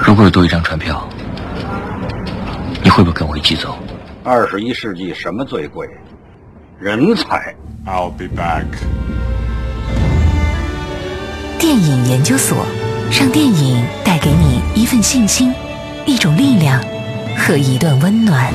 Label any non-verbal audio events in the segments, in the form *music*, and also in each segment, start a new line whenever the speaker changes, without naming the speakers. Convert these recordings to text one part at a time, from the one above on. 如果有多一张船票，你会不会跟我一起走？
二十一世纪什么最贵？人才。
I'll be back。
电影研究所，让电影带给你一份信心、一种力量和一段温暖。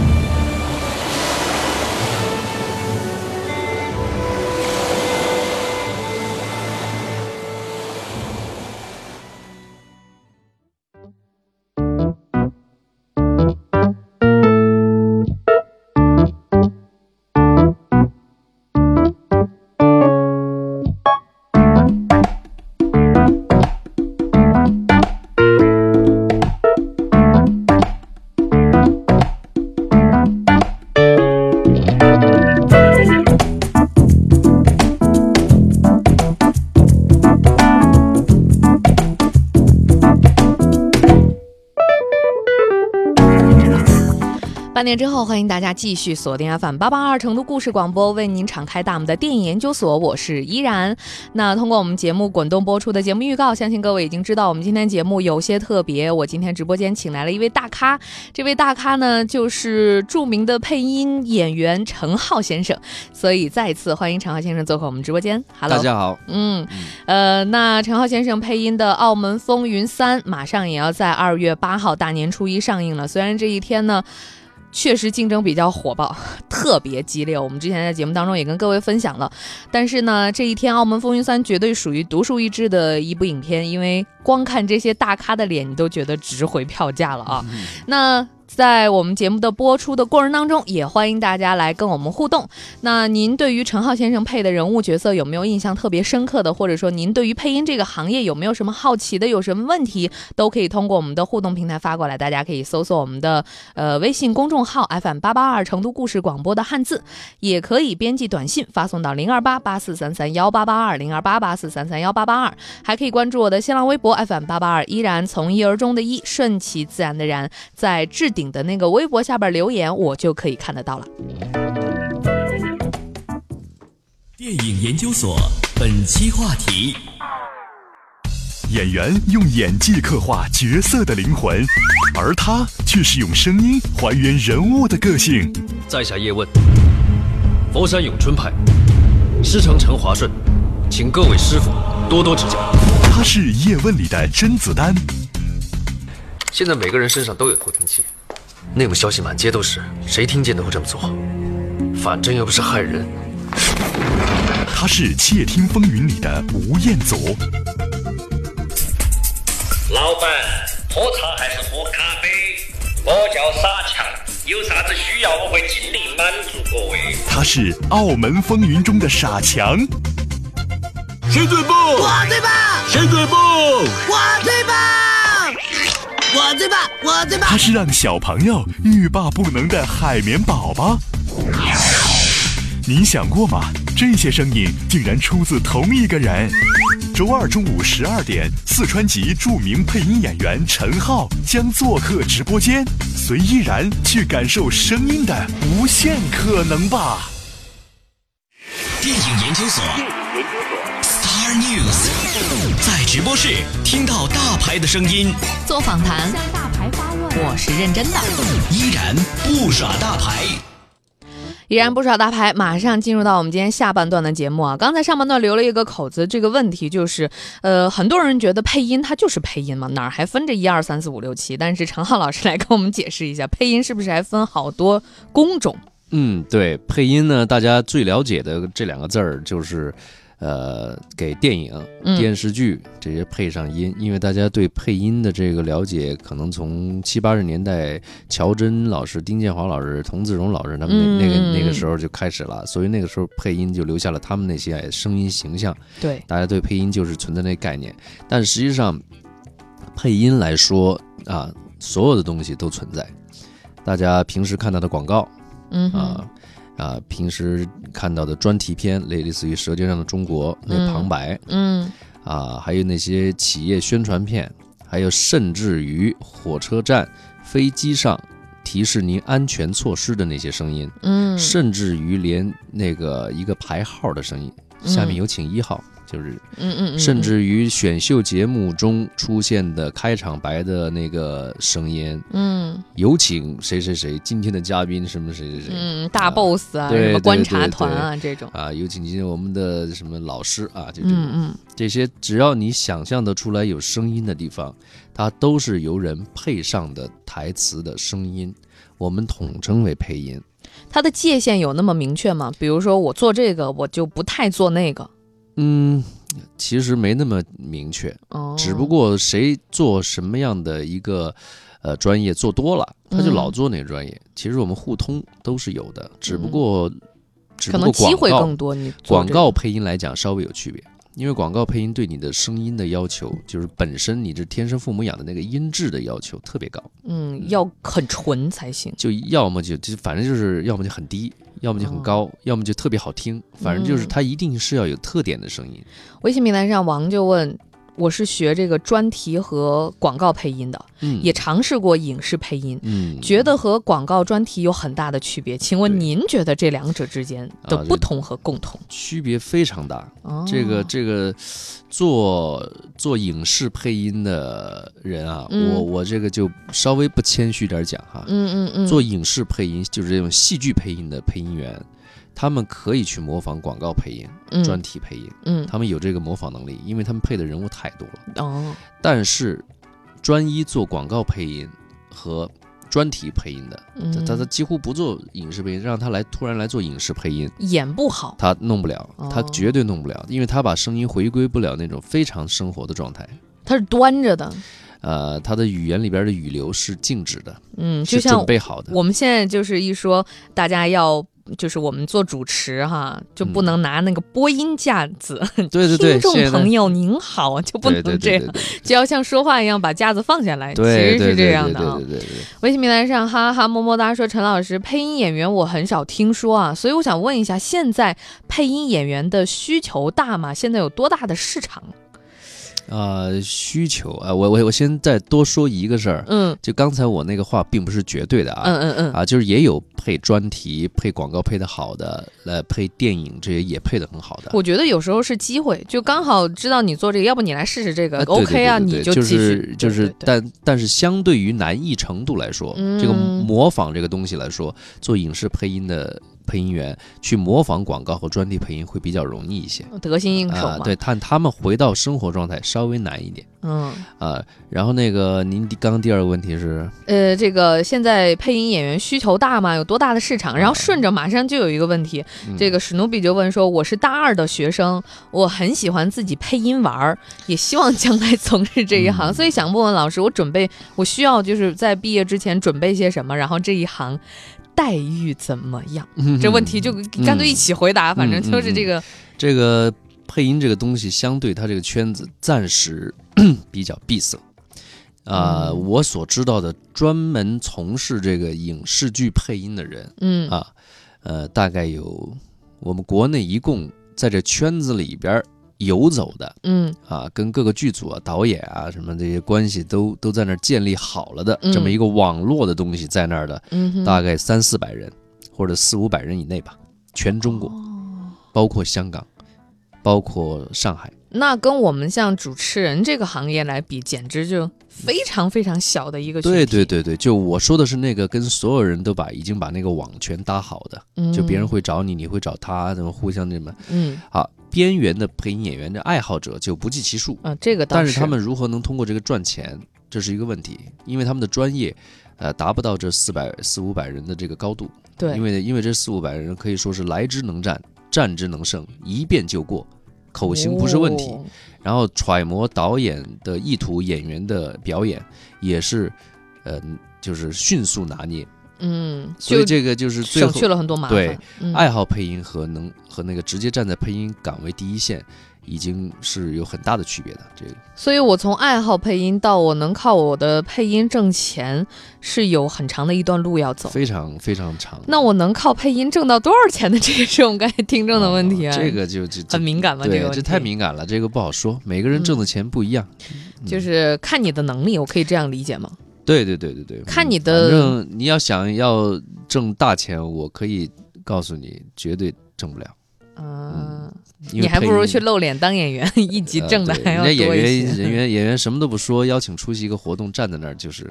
半年之后，欢迎大家继续锁定 FM 八八二成都故事广播，为您敞开大门的电影研究所，我是依然。那通过我们节目滚动播出的节目预告，相信各位已经知道，我们今天节目有些特别。我今天直播间请来了一位大咖，这位大咖呢就是著名的配音演员陈浩先生，所以再次欢迎陈浩先生做客我们直播间。Hello，
大家好，
嗯，呃，那陈浩先生配音的《澳门风云三》马上也要在二月八号大年初一上映了。虽然这一天呢，确实竞争比较火爆，特别激烈。我们之前在节目当中也跟各位分享了，但是呢，这一天《澳门风云三》绝对属于独树一帜的一部影片，因为光看这些大咖的脸，你都觉得值回票价了啊。那在我们节目的播出的过程当中，也欢迎大家来跟我们互动。那您对于陈浩先生配的人物角色有没有印象特别深刻的，或者说您对于配音这个行业有没有什么好奇的，有什么问题，都可以通过我们的互动平台发过来。大家可以搜索我们的呃微信公众号 FM 八八二成都故事广播的汉字，也可以编辑短信发送到零二八八四三三幺八八二零二八八四三三幺八八二，还可以关注我的新浪微博 FM 八八二，依然从一而终的一，顺其自然的然，在置顶的那个微博下边留言，我就可以看得到了。
电影研究所本期话题：
演员用演技刻画角色的灵魂，而他却是用声音还原人物的个性。
在下叶问，佛山咏春派，师承陈华顺，请各位师傅多多指教。
他是《叶问》里的甄子丹，
现在每个人身上都有偷听器，内幕消息满街都是，谁听见都会这么做。反正又不是害人，
他是《窃听风云》里的吴彦祖，
老板，喝茶还是喝咖啡？我叫傻强，有啥子需要我会尽力满足各位。
他是《澳门风云》中的傻强，
谁最棒？
我最棒！
谁最棒？
我最棒！我最棒！我最棒！
他是让小朋友欲罢不能的海绵宝宝。你想过吗？这些声音竟然出自同一个人。周二中午十二点，四川籍著名配音演员陈浩将做客直播间，随依然去感受声音的无限可能吧。
电影研究所，Star News，在直播室听到大牌的声音，
做访谈，
向大牌发问，
我是认真的，
依然不耍大牌。
依然不少大牌，马上进入到我们今天下半段的节目啊。刚才上半段留了一个口子，这个问题就是，呃，很多人觉得配音它就是配音嘛，哪儿还分着一二三四五六七？但是陈浩老师来跟我们解释一下，配音是不是还分好多工种？
嗯，对，配音呢，大家最了解
呃
的这两个字儿就是，呃，给电影、
嗯
电视剧这些配上音，因为大家对配音的这个了解，可能从七八十年代乔真老师、丁建华老师、童自荣老师他们那、
嗯
那个那个时候就开始了，所以那个时候配音就留下了他们那些声音形象。
对，
大家对配音就是存在那概念，但实际上，配音来说啊，所有的东西都存在。大家平时看到的广告
嗯哼
啊，啊，平时看到的专题片，类类似于《舌尖上的中国》
嗯
那旁白
嗯
啊，还有那些企业宣传片，还有甚至于火车站、飞机上提示您安全措施的那些声音，
嗯
甚至于连那个一个排号的声音，下面有请一号，就是
嗯嗯嗯，
甚至于选秀节目中出现的开场白的那个声音，
嗯
有请谁谁谁，今天的嘉宾什么谁谁谁，
嗯大 boss 啊，
对
什么
对
观
对
察
对
团啊这种，
啊，有请今天我们的什么老师啊，就这种
嗯嗯
这些，只要你想象得出来有声音的地方，它都是由人配上的台词的声音，我们统称为配音。
它的界限有那么明确吗？比如说我做这个，我就不太做那个，
嗯，其实没那么明确，
哦，
只不过谁做什么样的一个呃专业做多了，他就
嗯
老做哪个专业。其实我们互通都是有的，只不
嗯
过、只
可
不
能
过
机会
广告
更多，你做
广
这
告
个
配音来讲稍微有区别，因为广告配音对你的声音的要求，就是本身你这天生父母养的那个音质的要求特别高，
嗯要很纯才行，
就要么就就反正就是要么就很低，要么就很高，要么就特别好听，反正就是
嗯
它一定是要有特点的声音。
微信平台上王就问。我是学这个专题和广告配音的，
嗯，
也尝试过影视配音，
嗯
觉得和广告专题有很大的区别。请问
对
您觉得这两者之间的
啊这
不同和共同？
区别非常大。
哦
这个这个做做影视配音的人啊，
嗯
我我这个就稍微不谦虚点儿讲哈，
嗯嗯嗯，
做影视配音就是这种戏剧配音的配音员，他们可以去模仿广告配音、
嗯
专题配音，
嗯
他们有这个模仿能力，因为他们配的人物太多了。
哦，
但是，专一做广告配音和专题配音的，他
嗯
他他几乎不做影视配音，让他来突然来做影视配音，
演不好，
他弄不了，他
哦
绝对弄不了，因为他把声音回归不了那种非常生活的状态。
他是端着的，
呃，他的语言里边的语流是静止的，
嗯，就是像
准备好的。
我们现在就是一说大家要。就是我们做主持哈，就不能拿那个播音架子。
嗯对对对
听众
现在
朋友您好，就不能
对对
这
对
样，
对对
就要像说话一样把架子放下来。
对
其实
对
是这
对
样
对
的
对
啊。
对对对。
微信平台上，哈哈么么哒说陈老师配音演员我很少听说啊，所以我想问一下，现在配音演员的需求大吗？现在有多大的市场？
呃，需求啊、我我我先再多说一个事儿，
嗯
就刚才我那个话并不是绝对的啊，
嗯嗯嗯
啊，就是也有配专题、配广告配的好的，呃，配电影这些也配的很好的。
我觉得有时候是机会，就刚好知道你做这个，要不你来试试这个、
啊
o k 啊，
对对对对
你就
就
继续。
是就
对
是
对，对
但但是相对于难易程度来说，这个
嗯
模仿这个东西来说，做影视配音的配音员去模仿广告和专题配音会比较容易一些
得心应手嘛。
啊，对，但他们回到生活状态稍微难一点
嗯，
啊。然后那个您第刚刚第二个问题是，
呃，这个现在配音演员需求大吗？有多大的市场？
嗯
然后顺着马上就有一个问题，这个史努比就问说：“我是大二的学生，我很喜欢自己配音玩儿，也希望将来从事这一
嗯
行，所以想问问老师，我准备我需要就是在毕业之前准备些什么？然后这一行待遇怎么样？
嗯
这问题就干脆一起回答，反正就是这个，
这个配音这个东西，相对它这个圈子暂时 *clears throat* 比较闭塞。啊、我所知道的专门从事这个影视剧配音的人
嗯
啊，呃，大概有我们国内一共在这圈子里边游走的
嗯
啊，跟各个剧组啊、导演啊什么这些关系都都在那儿建立好了的、
嗯
这么一个网络的东西在那儿的，
嗯哼，
大概三四百人或者四五百人以内吧，全中
哦
国，包括香港，包括上海。
那跟我们像主持人这个行业来比，简直就非常非常小的一个群体。
对对对对，就我说的是那个跟所有人都把已经把那个网全搭好的，
嗯
就别人会找你，你会找他，怎么互相这么
嗯
好。边缘的配音演员的爱好者就不计其数，
啊，这个倒
但
是
是他们如何能通过这个赚钱，这是一个问题，因为他们的专业，呃，达不到这四百四五百人的这个高度。
对
因为因为这四五百人可以说是来之能战，战之能胜，一遍就过，口型不是问题。
哦
然后揣摩导演的意图，演员的表演也是，呃，就是迅速拿捏。
嗯，
所以
就
这个就是最后
省去了很多麻烦。
对，哎
嗯
爱好配音和能和那个直接站在配音岗位第一线，已经是有很大的区别的。这个
所以我从爱好配音到我能靠我的配音挣钱，是有很长的一段路要走。
非常非常长。
那我能靠配音挣到多少钱的？ *laughs* 这个是我们刚才听众的问题啊。
哦这个就就就
很敏感吗？
对
个问题嗯
这太敏感了，这个不好说。每个人挣的钱不一样。
就是看你的能力，我可以这样理解吗？
对对对对对，嗯
看你
反
的
正你要想要
*laughs*
挣大钱，我可以告诉你，绝对挣不了。
嗯，
因为
你还
配
不如
音
去露脸当演员， *laughs* 一级
呃
挣的
对
还要
人家
多
演
一
员演
些。
员演员什么都不说，邀请出席一个活动，站在那儿就是，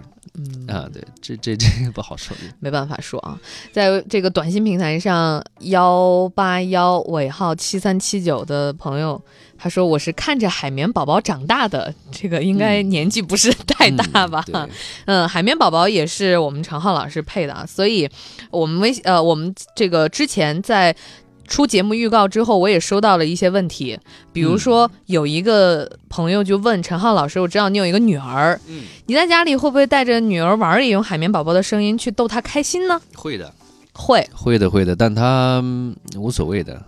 啊，对，这这这个不好说。
嗯没办法说啊，在这个短信平台上幺八幺尾号七三七九的朋友，他说我是看着海绵宝宝长大的，这个应
嗯
该年纪不是太大 *laughs* 吧？嗯海绵宝宝也是我们常浩老师配的啊，所以我们微呃，我们这个之前在。出节目预告之后，我也收到了一些问题，比
嗯
如说有一个朋友就问陈浩老师：“我知道你有一个女儿，
嗯
你在家里会不会带着女儿玩儿，也用海绵宝宝的声音去逗她开心呢？
会的，
会，
会的，会的，但他嗯无所
*laughs*
谓的，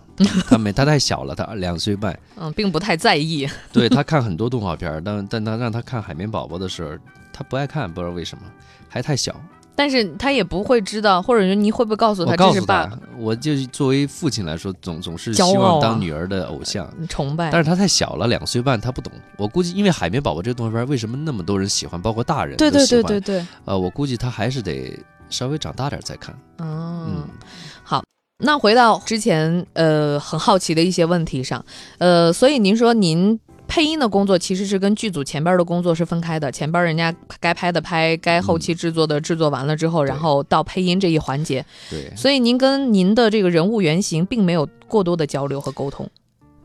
他没他太小了，他两岁半，
嗯，并不太在意。 *laughs*
对他看很多动画片儿，但但他让他看海绵宝宝的时候，他不爱看，不知道为什么，还太小。
但是她也不会知道，或者说你会不会告诉她
我
这
告
是
诉
爸
他
爸，
我就是作为父亲来说，总总是希
骄傲
望
啊哎
当女儿的偶像。
嗯崇拜？
但是他太小了，两岁半，他不懂。我估计，因为《海绵宝宝》这个动画片，为什么那么多人喜欢，包括大人
对
都
对
喜
对
欢
对对，
呃，我估计他还是得稍微长大点儿再看。
嗯，好。那回到之前呃很好奇的一些问题上，呃，所以您说您。配音的工作其实是跟剧组前边的工作是分开的，前边人家该拍的拍，该后期制作的制作完了之后，
嗯
然后到配音这一环节，
对，
所以您跟您的这个人物原型并没有过多的交流和沟通，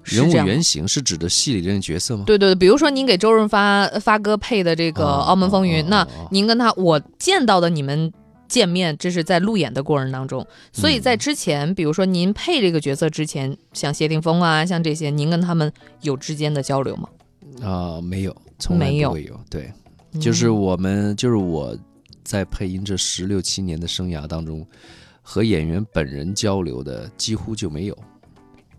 是
人物
这样吗
原型是指的戏里这个角色吗？
对对对，比如说您给周润发呃发哥配的这个《
哦
澳门风云》，那您跟他我见到的你们见面，这是在路演的过程当中，所以在之前，比如说您配这个角色之前，像谢霆锋啊，像这些，您跟他们有之间的交流吗？
啊、没有，从来
没有
不会有。对，
嗯
就是我们，就是我在配音这十六七年的生涯当中，和演员本人交流的几乎就没有。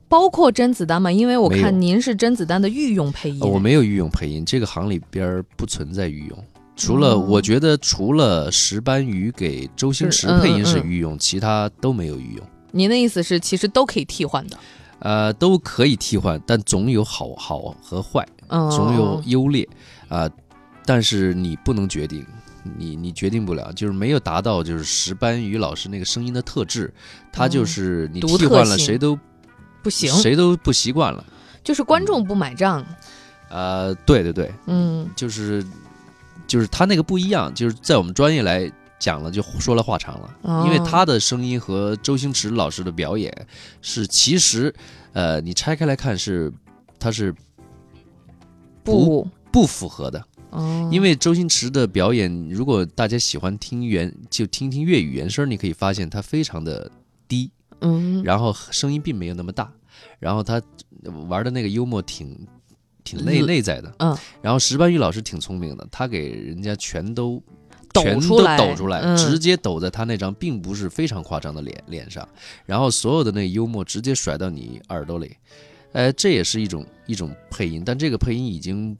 包括甄子丹嘛，因为我
没有
看您是甄子丹的御用配音，
呃我没有御用配音，这个行里边儿不存在御用。除
哦
了、我觉得，除了石斑鱼给周星
是
驰
嗯
配音是
嗯嗯
御用，其他都没有御用。
您的意思是其实都可以替换的，
呃，都可以替换，但总有好好和坏，
嗯
总有优劣啊、但是你不能决定，你你决定不了，就是没有达到就是石斑鱼老师那个声音的特质，他就是你
哦独
替
特
换了
性
谁都
不行，
谁都不习惯了。
就是观众不买账，
呃，对对对，
嗯，
就是就是他那个不一样，就是在我们专业来讲了，就说来话长了，
哦
因为他的声音和周星驰老师的表演是其实，呃，你拆开来看是他是
不
不符合的。
哦，
因为周星驰的表演，如果大家喜欢听原，就听听粤语原声，你可以发现他非常的低，
嗯，
然后声音并没有那么大，然后他玩的那个幽默挺挺内
嗯
内在的，
嗯，
然后石斑鱼老师挺聪明的，他给人家全都
抖
全
出
都
来
抖出来，
嗯
直接抖在他那张并不是非常夸张的脸脸上，然后所有的那个幽默直接甩到你耳朵里，呃，这也是一种一种配音，但这个配音已经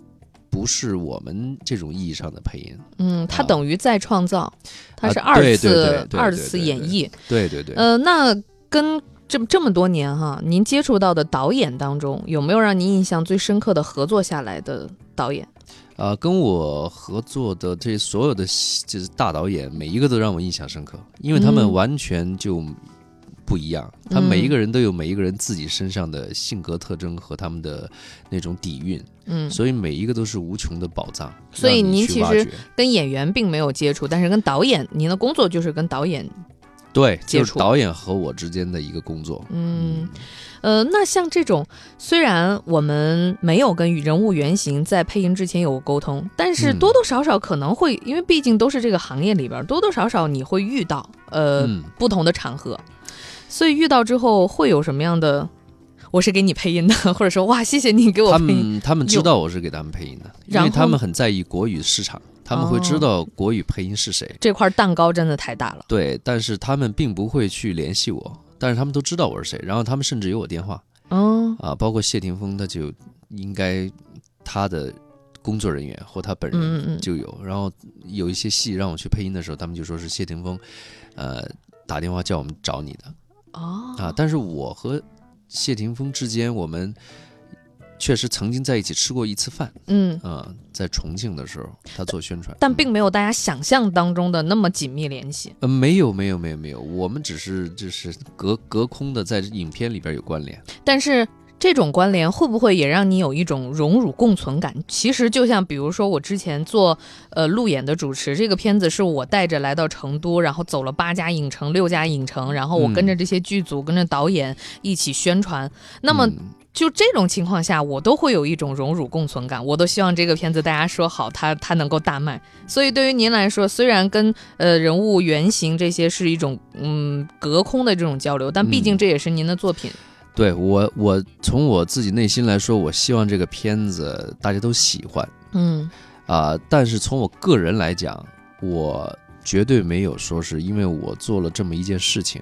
不是我们这种意义上的配音，
嗯，他等于再创造，他是
啊
二
对对
次
对对
二
对
次
对
演
对
绎。
对对对，
呃，那跟这这么多年哈，您接触到的导演当中，有没有让您印象最深刻的合作下来的导演？
啊，跟我合作的这所有的戏就是大导演，每一个都让我印象深刻，因为他们
嗯
完全就不一样，他们每一个人都有每一个人自己身上的性格特征和他们的那种底蕴，
嗯
所以每一个都是无穷的宝藏。
所以
让你
您
去
其
挖
实
掘
跟演员并没有接触，但是跟导演，您的工作就是跟导演。
对，
接
就是
触
导演和我之间的一个工作，
嗯，呃，那像这种，虽然我们没有跟人物原型在配音之前有过沟通，但是
嗯
多多少少可能会，因为毕竟都是这个行业里边儿，多多少少你会遇到呃、
嗯
不同的场合，所以遇到之后会有什么样的？我是给你配音的， *laughs* 或者说哇，谢谢你给我
他
配音
们。他们
有
知道我是给他们配音的，因
然
为
后
他们很在意国语市场，他们会
哦
知道国语配音是谁。
这块蛋糕真的太大了，
对，但是他们并不会去联系我，但是他们都知道我是谁，然后他们甚至有我电话
嗯
啊，包括谢霆锋，他就应该他的工作人员或他本
嗯嗯
人
嗯
就有，然后有一些戏让我去配音的时候，他们就说是谢霆锋，呃，打电话叫我们找你的
哦
啊，但是我和谢霆锋之间，我们确实曾经在一起吃过一次饭
嗯，
啊、在重庆的时候，他做宣传，
但并没有大家想象当中的那么紧密联系。
呃，没有，没有，没有，没有，我们只是就是隔隔空的在影片里边有关联。
但是这种关联会不会也让你有一种荣辱共存感？其实就像比如说我之前做呃路演的主持，这个片子是我带着来到成都，然后走了八家影城、六家影城，然后我跟着这些剧组、跟着导演一起宣传。那么
嗯
就这种情况下，我都会有一种荣辱共存感，我都希望这个片子大家说好，它它能够大卖。所以对于您来说，虽然跟呃人物原型这些是一种嗯隔空的这种交流，但毕竟这也是您的作品。
对我，我从我自己内心来说，我希望这个片子大家都喜欢，
嗯
啊、但是从我个人来讲，我绝对没有说是因为我做了这么一件事情，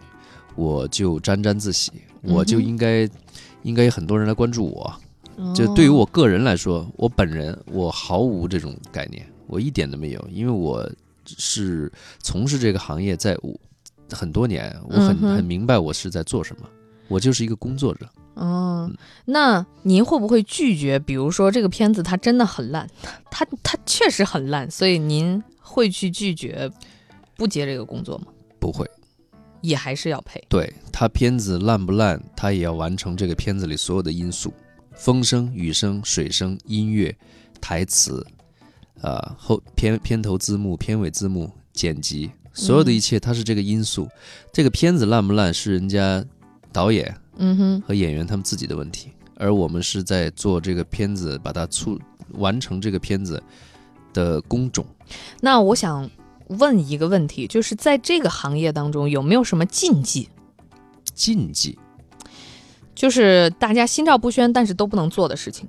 我就沾沾自喜，我
嗯
就
哼
应该，应该有很多人来关注我。就对于
哦
我个人来说，我本人我毫无这种概念，我一点都没有，因为我是从事这个行业在我很多年，我很、
嗯哼
很明白我是在做什么，我就是一个工作者。
哦，那您会不会拒绝？比如说这个片子它真的很烂，它它确实很烂，所以您会去拒绝不接这个工作吗？
不会，
也还是要配。
对他片子烂不烂，他也要完成这个片子里所有的因素，风声、雨声、水声、音乐、台词，呃，后片片头字幕、片尾字幕、剪辑，所有的一切，它是这个因素。这个片子烂不烂是人家导演
嗯哼，
和演员他们自己的问题，而我们是在做这个片子，把它促完成这个片子的工种。
那我想问一个问题，就是在这个行业当中有没有什么禁忌？
禁忌
就是大家心照不宣，但是都不能做的事情。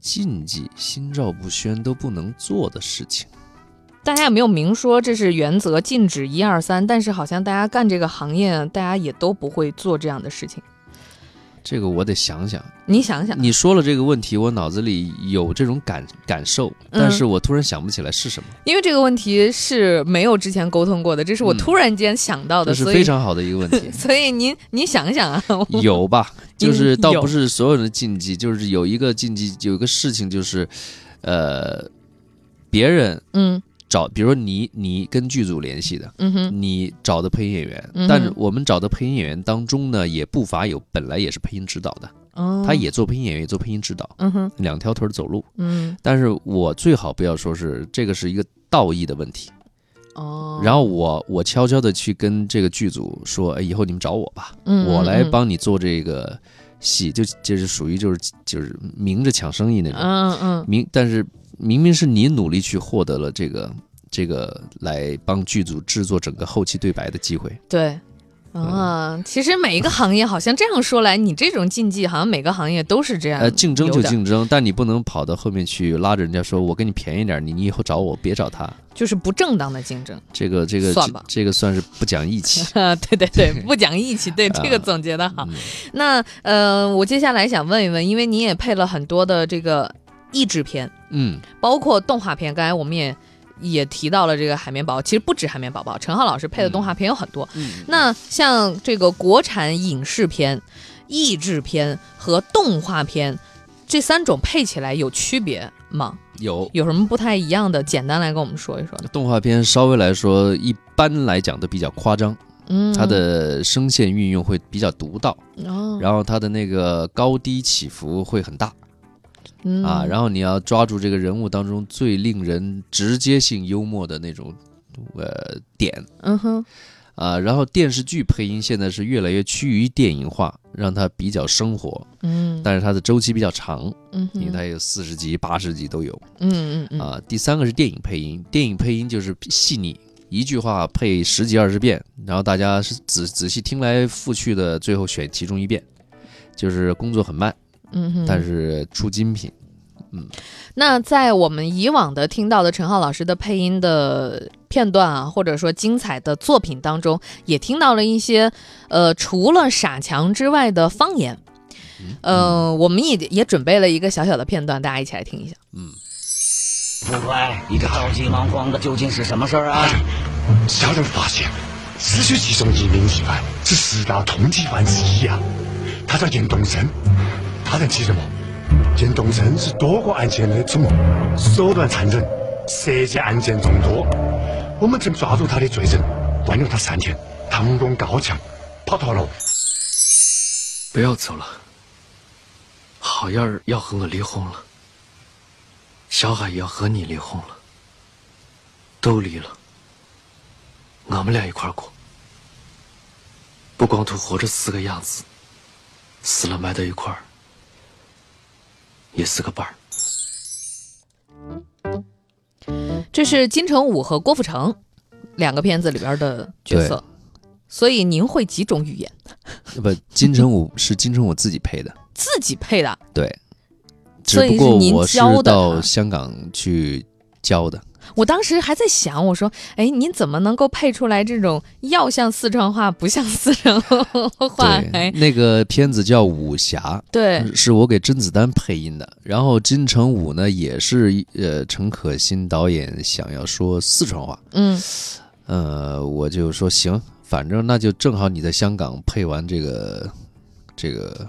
禁忌，心照不宣都不能做的事情。
大家也没有明说这是原则，禁止一二三，但是好像大家干这个行业，大家也都不会做这样的事情。
这个我得想想。
你想想，
你说了这个问题，我脑子里有这种感感受，
嗯
但是我突然想不起来是什么。
因为这个问题是没有之前沟通过的，这是我突然间想到的，
这是
所以
非常好的一个问题。
*laughs* 所以您您想想啊，我
有吧？
嗯
就是倒
有
不是所有的禁忌，就是有一个禁忌，有一个事情就是，呃，别人
嗯
找，比如说你你跟剧组联系的，
嗯哼
你找的配音演员，
嗯哼
但是我们找的配音演员当中呢，也不乏有本来也是配音指导的，
哦，
他也做配音演员，也做配音指导，
嗯哼
两条腿儿走路。
嗯
但是我最好不要说是这个是一个道义的问题，
哦，
然后我我悄悄的去跟这个剧组说，哎，以后你们找我吧，
嗯
我来
嗯嗯
帮你做这个戏，就就是属于就是就是明着抢生意那种，
嗯嗯
明但是明明是你努力去获得了这个这个来帮剧组制作整个后期对白的机会，
对。啊，其实每一个行业好像这样说来，你这种禁忌好像每个行业都是这样。
呃，竞争
嗯有
就
点，
竞争，但你不能跑到后面去拉着人家说，我给你便宜点儿，你你以后找我别找他，
就是不正当的竞
*laughs*
争。
这个这个
算吧。
这个算是不讲义气
*laughs* 啊，对对
*laughs*
对，不讲义气，对
啊
这个总结的好。那呃，我接下来想问一问，因为你也配了很多的这个译制片，
嗯，
包括动画片，刚才我们也也提到了这个海绵宝宝，其实不止海绵宝宝，陈浩老师配的动
嗯
画片有很多。那像这个国产影视片、译制片和动画片这三种配起来有区别吗？
有
有什么不太一样的？简单来跟我们说一说呢。
动画片稍微来说，一般来讲都比较夸张，
嗯，
它的声线运用会比较独到，
哦，
然后它的那个高低起伏会很大
嗯
啊，然后你要抓住这个人物当中最令人直接性幽默的那种呃点
嗯哼，
啊，然后电视剧配音现在是越来越趋于电影化，让它比较生活，
嗯，
但是它的周期比较长，
嗯哼，
因为它有四十集、八十集都有。
嗯嗯嗯，
啊，第三个是电影配音，电影配音就是细腻，一句话配十几二十遍，然后大家是仔仔细听来覆去的，最后选其中一遍，就是工作很慢，
嗯哼，
但是出精品。
那在我们以往的听到的陈浩老师的配音的片段啊，或者说精彩的作品当中，也听到了一些，呃，除了傻强之外的方言。
嗯
呃，我们也也准备了一个小小的片段，大家一起来听一下。
富贵，你这着急忙慌的究竟是什么事儿啊？
家人发现，失去其中一名以外是十大通缉犯之一啊。他叫严东升，他能记得吗？严东升是多个案件的主谋，手段残忍，涉及案件众多。我们曾抓住他的罪证，关了他三天，他武功高强，跑脱了。
不要走了，好要是要和我离婚了，小海也要和你离婚了，都离了，我们俩一块儿过，不光图活着是个样子，死了埋到一块儿也是个伴儿。
这是金城武和郭富城两个片子里边的角色，所以您会几种语言？
呃
不，金城武是金城武自己配的，
自己配的。
对，只
所以
不
是
过
您
我是
教的啊
到
他
香港去教的， *laughs*
我当时还在想，我说，哎，您怎么能够配出来这种要像四川话不像四川话？哎，
那个片子叫《武侠》，
对
是我给甄子丹配音的。然后金城武呢，也是呃陈可辛导演想要说四川话，
嗯，
呃，我就说行，反正那就正好你在香港配完这个这个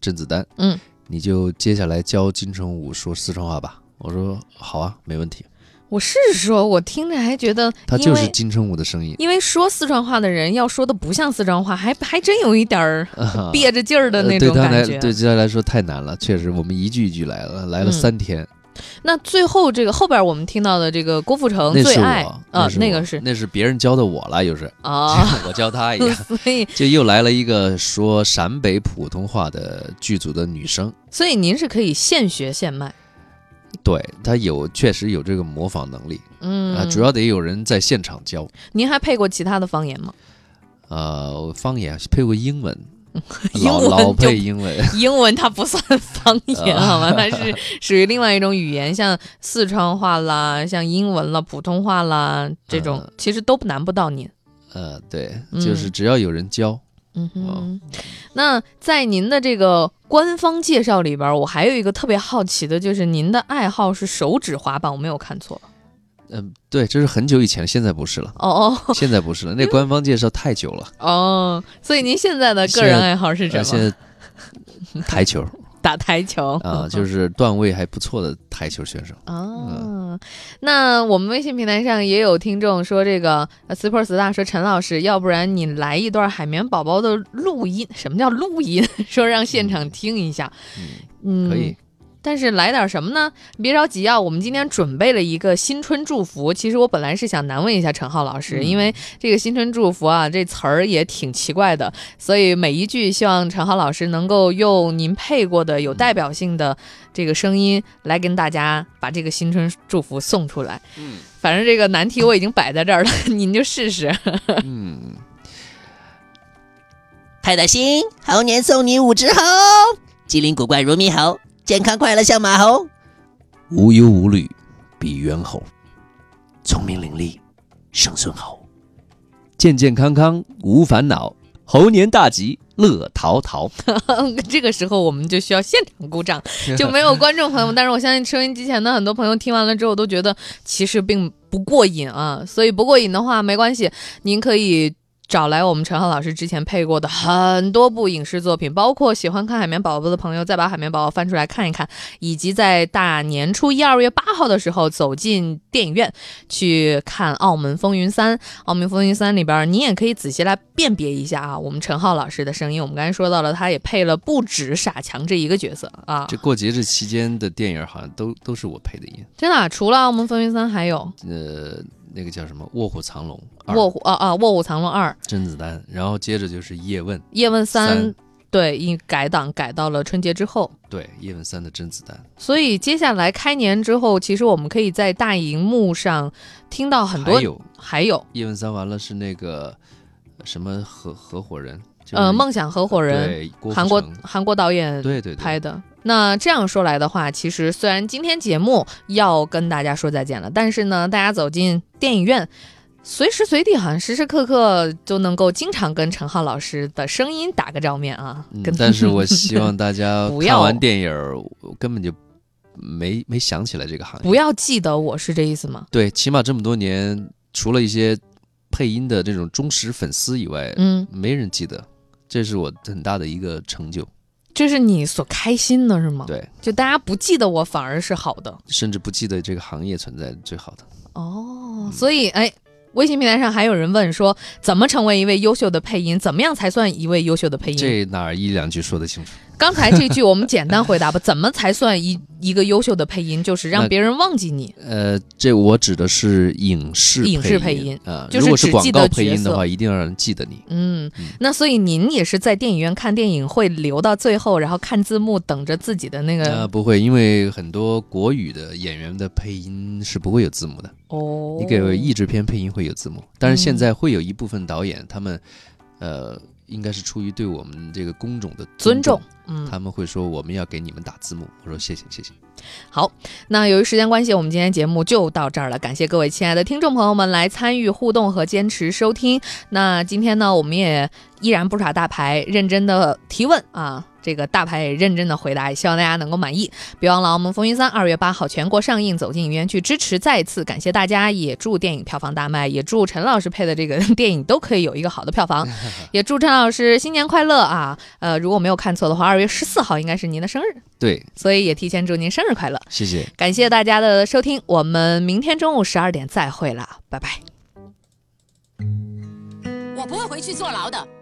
甄子丹，
嗯，
你就接下来教金城武说四川话吧。我说好啊，没问题。
我是说，我听着还觉得，
他
因
就是
为
金城武的声音，
因为说四川话的人要说的不像四川话，还还真有一点儿 *laughs*
啊
憋着劲儿的
呃
那
对
种
他来
感觉。
对他来说太难了，确实，我们一句一句来了，来了
嗯
三天。
那最后这个后边我们听到的这个郭富城
那
最
是
爱
我，
啊，
那
那
我
个是
那是别人教的我了，又是
啊，，
*laughs* 我教他一样
*laughs* 所以
就又来了一个说陕北普通话的剧组的女生，
所以您是可以现学现卖，
对她有确实有这个模仿能力
嗯，
啊，主要得有人在现场
*laughs*
教。
您还配过其他的方言吗？
呃，我方言配过英文，
英
老
文
老
就
配英文， *laughs*
英文它不算方言，
啊
好吗？它是属于另外一种语言，像四川话啦，像英文啦、普通话啦这种，
嗯
其实都难不到您。
呃，对，
嗯
就是只要有人教，
嗯
哦
哼，那在您的这个官方介绍里边儿，我还有一个特别好奇的，就是您的爱好是手指滑板，我没有看错吧？
嗯、对，这是很久以前，现在不是
*laughs*
了，
哦哦
现在不是了，那官方介绍太久了。
哦，所以您现在的个
现
人
在
爱好 *laughs* 是什
呃
么？
现在台球
打台球 *laughs*
啊，就是段位还不错的台球选手。
啊，那我们微信平台上也有听众说，这个呃 Super Star 说陈老师，要不然你来一段海绵宝宝的录音？什么叫录音？ *laughs* 说让现场听一下。嗯，
可以。
但是来点什么呢？别着急啊，我们今天准备了一个新春祝福。其实我本来是想难问一下陈浩老师，
嗯
因为这个新春祝福啊，这词儿也挺奇怪的，所以每一句希望陈浩老师能够用您配过的有代表性的这个声音来跟大家把这个新春祝福送出来。
嗯，
反正这个难题我已经摆在这儿了， *laughs* 您就试试。
嗯，
派大星，猴年送你五只猴，机灵古怪如猕猴，健康快乐像马猴。
无忧无虑比猿猴，聪明伶俐胜孙猴，健健康康无烦恼，猴年大吉乐淘淘。
这个时候我们就需要现场鼓掌，就没有观众朋友们。但是我相信收音机前的很多朋友听完了之后都觉得其实并不过瘾啊，所以不过瘾的话没关系，您可以。找来我们陈浩老师之前配过的很多部影视作品，包括喜欢看《海绵宝宝》的朋友，再把《海绵宝宝》翻出来看一看，以及在大年初一、二月八号的时候走进电影院去看《澳门风云三》。《澳门风云三》里边儿，你也可以仔细来辨别一下啊，我们陈浩老师的声音。我们刚才说到了，他也配了不止傻强这一个角色啊，
*laughs* 这过节这期间的电影好像都都是我配的音，
真的啊、除了《澳门风云三》，还有
呃，那个叫什么《卧虎藏龙
《
二》
卧虎》啊啊，《卧虎藏龙二》《
甄子丹，然后接着就是叶问，
叶问三》
三
对，一改档改到了春节之后。
对，叶问三的甄子丹，
所以接下来开年之后，其实我们可以在大荧幕上听到很多，
还有
还有
叶问三完了是那个什么合合伙人，就是
呃，梦想合伙人
对，郭富
韩国
城
韩国导演
对对对
拍的。那这样说来的话，其实虽然今天节目要跟大家说再见了，但是呢，大家走进电影院，随时随地好像时时刻刻就能够经常跟陈浩老师的声音打个照面啊。
嗯
跟，
但是
*laughs*
我希望大家
不
看
要
完电影儿，我根本就没没想起来这个行业。
不要记得我是这意思吗？
对，起码这么多年，除了一些配音的这种忠实粉丝以外，
嗯
没人记得，这是我很大的一个成就，
这是你所开心的是吗？
对，
就大家不记得我反而是好的。
甚至不记得这个行业存在最好的。
哦，所以哎，微信平台上还有人问说，怎么成为一位优秀的配音？怎么样才算一位优秀的配音？
这哪儿一两句说得清楚？
刚才这句我们简单回答吧，怎么才算一一个优秀的配音？就是让别人忘记你。
呃，这我指的是影视
影视
配
配音
啊，
就是
如果是
只
广
记得
告配
角
音的
色
话，一定要让人记得你。
嗯，那所以您也是在电影院看电影，会留到最后，然后看字幕，等着自己的那
呃，
个
不会，因为很多国语的演员的配音是不会有字幕的。
哦。
你给译制片配音会有字幕，但是现
嗯
在会有一部分导演，他们呃，应该是出于对我们这个工种的
尊重
重，
嗯
他们会说我们要给你们打字幕。我说谢谢谢谢。
好，那由于时间关系，我们今天节目就到这儿了。感谢各位亲爱的听众朋友们来参与互动和坚持收听。那今天呢，我们也依然不耍大牌，认真的提问啊。这个大牌也认真的回答，也希望大家能够满意。别忘了，我们《风云三》二月八号全国上映，走进影院去支持。再次感谢大家，也祝电影票房大卖，也祝陈老师配的这个 *laughs* 电影都可以有一个好的票房，也祝陈老师新年快乐啊！呃，如果没有看错的话，二月十四号应该是您的生日，
对，
所以也提前祝您生日快乐。
谢谢。
感谢大家的收听，我们明天中午十二点再会啦，拜拜。
我不会回去坐牢的。